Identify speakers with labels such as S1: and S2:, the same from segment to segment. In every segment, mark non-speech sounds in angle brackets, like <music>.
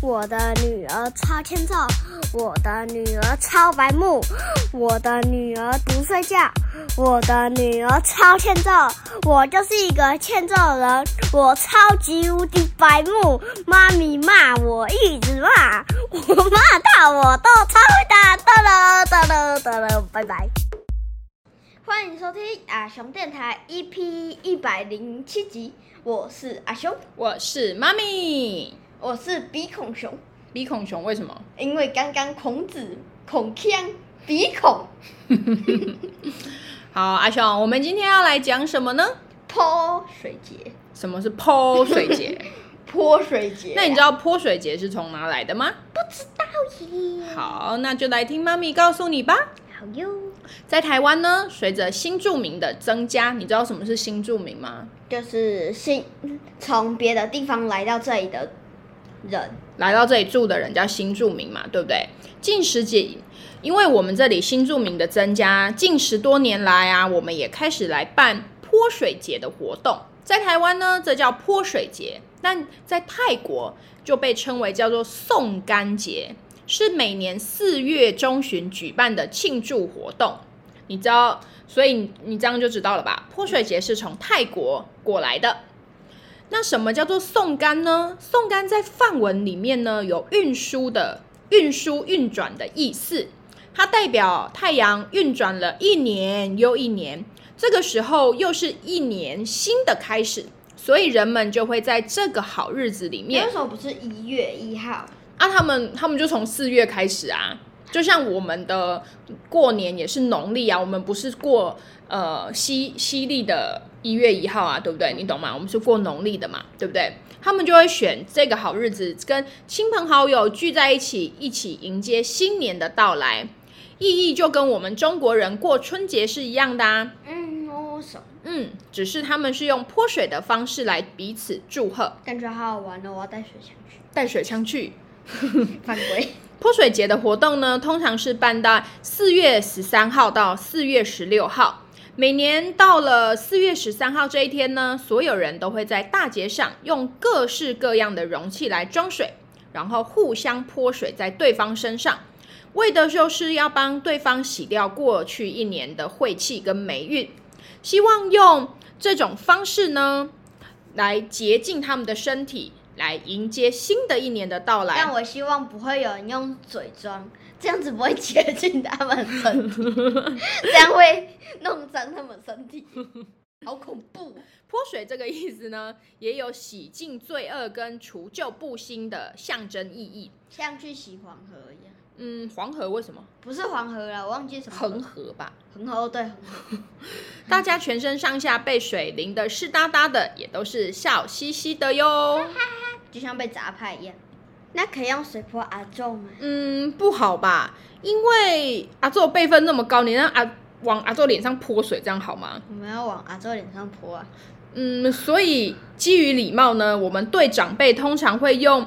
S1: 我的女儿超欠揍，我的女儿超白目，我的女儿不睡觉，我的女儿超欠揍，我就是一个欠揍人，我超级无敌白目，妈咪骂我一直骂，我骂到我都超会打，哒了哒了哒了，拜拜。
S2: 欢迎收听阿雄电台 EP 一百零七集，我是阿雄，
S3: 我是妈咪。
S2: 我是鼻孔熊，
S3: 鼻孔熊为什么？
S2: 因为刚刚孔子孔腔鼻孔
S3: 好，阿雄，我们今天要来讲什么呢？
S2: 泼水节，
S3: 什么是泼水节？
S2: 泼水节啊、
S3: 那你知道泼水节是从哪来的吗？
S2: 道？
S3: 好，那就来听妈咪告诉你吧。
S2: 好哟，
S3: 在台湾呢，随着新住民的增加，你知道什么是新住民吗？
S2: 就是新从别的地方来到这里的人，
S3: 来到这里住的人叫新住民嘛，对不对？近十几，因为我们这里新住民的增加，近十多年来啊，我们也开始来办泼水节的活动。在台湾呢，这叫泼水节，但在泰国就被称为叫做送干节，是每年四月中旬举办的庆祝活动。你知道，所以你你这样就知道了吧？泼水节是从泰国过来的。那什么叫做送干呢？送干在梵文里面呢，有运输的、运输、运转的意思。它代表太阳运转了一年又一年，这个时候又是一年新的开始，所以人们就会在这个好日子里
S2: 那
S3: 面
S2: 为什么不是一月一号？
S3: 啊，他们他们就从四月开始啊，就像我们的过年也是农历啊，我们不是过呃西西历的一月一号啊，对不对？你懂吗？我们是过农历的嘛，对不对？他们就会选这个好日子，跟亲朋好友聚在一起，一起迎接新年的到来，意义就跟我们中国人过春节是一样的啊。
S2: 嗯，我手
S3: 嗯，只是他们是用泼水的方式来彼此祝贺，
S2: 感觉好好玩哦，我要带水枪去，
S3: 带水枪去。
S2: 犯规。
S3: 泼水节的活动呢，通常是办到四月十三号到四月十六号。每年到了四月十三号这一天呢，所有人都会在大街上用各式各样的容器来装水，然后互相泼水在对方身上，为的就是要帮对方洗掉过去一年的晦气跟霉运，希望用这种方式呢，来洁净他们的身体，来迎接新的一年的到来。
S2: 但我希望不会有人用嘴装，这样子不会接近他们的身 <laughs> 体，这样会弄脏他们身体，好恐怖！
S3: 泼水这个意思呢， <laughs> 也有洗净罪恶跟除旧布新的象征意义。
S2: 像去洗黄河一样，
S3: 嗯，黄河为什么
S2: 不是黄河了，我忘记什么河嗯
S3: 恒河吧？
S2: 恒河对，恒河
S3: 大家全身上下被水淋得湿哒哒的，也都是笑嘻嘻的哟。
S2: 就像被砸派一样。那可以用水泼阿宙吗？
S3: 嗯，不好吧？因为阿宙辈分那么高，你让阿往阿宙脸上泼水，这样好吗？
S2: 我们要往阿宙脸上泼啊！
S3: 嗯，所以基于礼貌呢，我们对长辈通常会用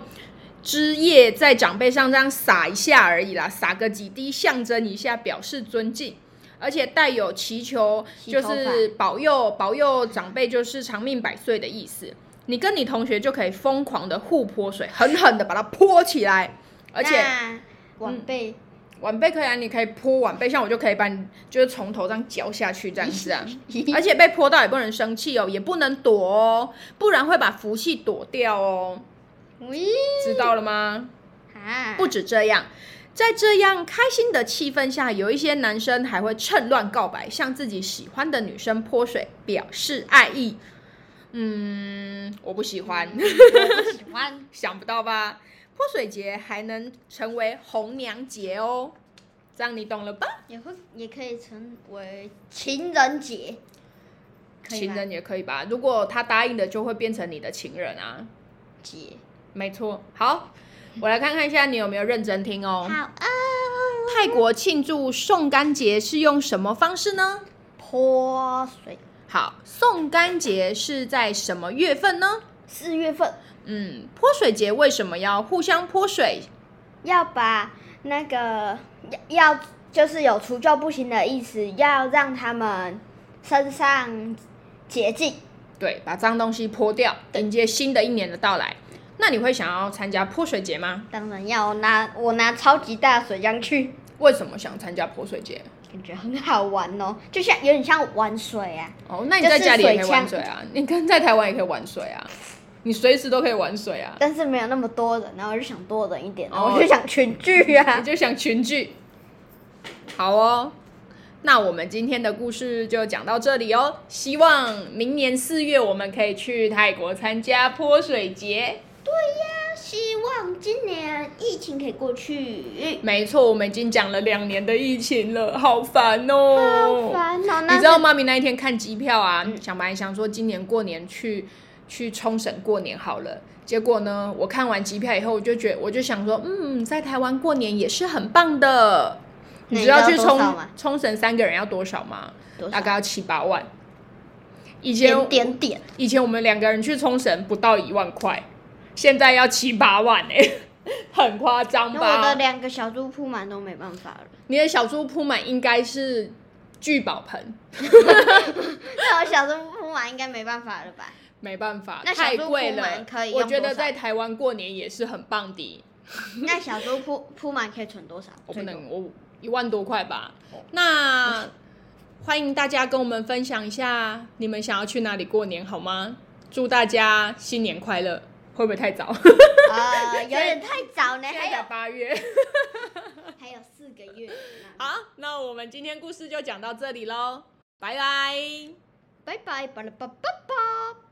S3: 枝叶在长辈上这样撒一下而已啦，撒个几滴，象征一下，表示尊敬。而且带有祈求，
S2: 洗
S3: 就
S2: 头
S3: 是保佑保佑长辈，就是长命百岁的意思。你跟你同学就可以疯狂的互泼水，狠狠的把它泼起来。而且
S2: 那晚辈、
S3: 晚辈可以啊，你可以泼晚辈，像我就可以把你就是从头上浇下去这样子啊。
S2: 嗯
S3: 而且被泼到也不能生气哦，也不能躲哦，不然会把福气躲掉哦，
S2: <laughs> 喂
S3: 知道了吗？
S2: 啊，
S3: 不止这样，在这样开心的气氛下，有一些男生还会趁乱告白，向自己喜欢的女生泼水，表示爱意。嗯，我不喜欢， <laughs>
S2: 我不喜 <laughs> 欢。
S3: 想不到吧？泼水节还能成为红娘节哦，这样你懂了吧？
S2: 也会也可以成为情人节，可以
S3: 情
S2: 吗
S3: 人也可以吧？如果他答应的，就会变成你的情人啊。
S2: 节。
S3: 没错，好，我来看看一下你有没有认真听哦。
S2: 好啊，
S3: 泰国庆祝送干节是用什么方式呢？
S2: 泼水
S3: 好，送干节是在什么月份呢？
S2: 四月份
S3: 嗯，泼水节为什么要互相泼水？
S2: 要把那个要要就是有除旧不行的意思，要让他们身上洁净。
S3: 对，把脏东西泼掉，迎接新的一年的到来。那你会想要参加泼水节吗？
S2: 当然要我拿我拿超级大的水枪去，
S3: 为什么想参加泼水节？
S2: 感觉很好玩哦，就像有点像玩水啊。
S3: 哦，那你在家里也可以玩
S2: 就是
S3: 水
S2: 水
S3: 啊，你跟在台湾也可以玩水啊，你随时都可以玩水啊。
S2: 但是没有那么多人，然后我就想多人一点，然后
S3: 哦
S2: 我就想群聚
S3: 你 <laughs>
S2: 啊。
S3: 就想群聚。好哦，那我们今天的故事就讲到这里哦。希望明年四月我们可以去泰国参加泼水节。
S2: 希望今年疫情可以过去。
S3: 没错，我们已经讲了两年的疫情了，好烦哦。
S2: 烦恼，
S3: 你
S2: 那嗯
S3: 知道妈咪那一天看机票啊，想本来想说今年过年去去冲绳过年好了，结果呢，我看完机票以后，我就觉我就想说，嗯，在台湾过年也是很棒的。
S2: 那
S3: 你
S2: 你
S3: 知道去
S2: 知道多
S3: 冲
S2: 少吗
S3: 冲绳三个人要多少吗？
S2: 多少
S3: 大概要七八万。以前
S2: 点点点，
S3: 以前我们两个人去冲绳不到一万块，现在要七八万哎、 <laughs> 很夸张
S2: 那我的
S3: 吧？
S2: 两个小猪铺满都没办法了，
S3: 你的小猪铺满应该是聚宝盆，
S2: 那我小猪铺满应该没办法了吧？
S3: 没办法，
S2: 那小
S3: 太
S2: 猪
S3: 贵
S2: 铺
S3: 了
S2: 满可以。
S3: 我
S2: 用
S3: 觉
S2: 多
S3: 得
S2: 少
S3: 在台湾过年也是很棒的，
S2: 那小猪铺铺满可以存多少？哦
S3: 我不
S2: 最多
S3: 能，我一万多块吧。那 <laughs> 欢迎大家跟我们分享一下你们想要去哪里过年好吗？祝大家新年快乐！会不会太
S2: <laughs>
S3: 早？
S2: 啊，有点太早呢，
S3: <laughs> 现
S2: 哎还
S3: 在才
S2: 有
S3: 八月。
S2: 还有四个月呢。
S3: 好，那我们今天故事就讲到这里喽，拜拜。
S2: 拜拜，巴拉巴巴巴。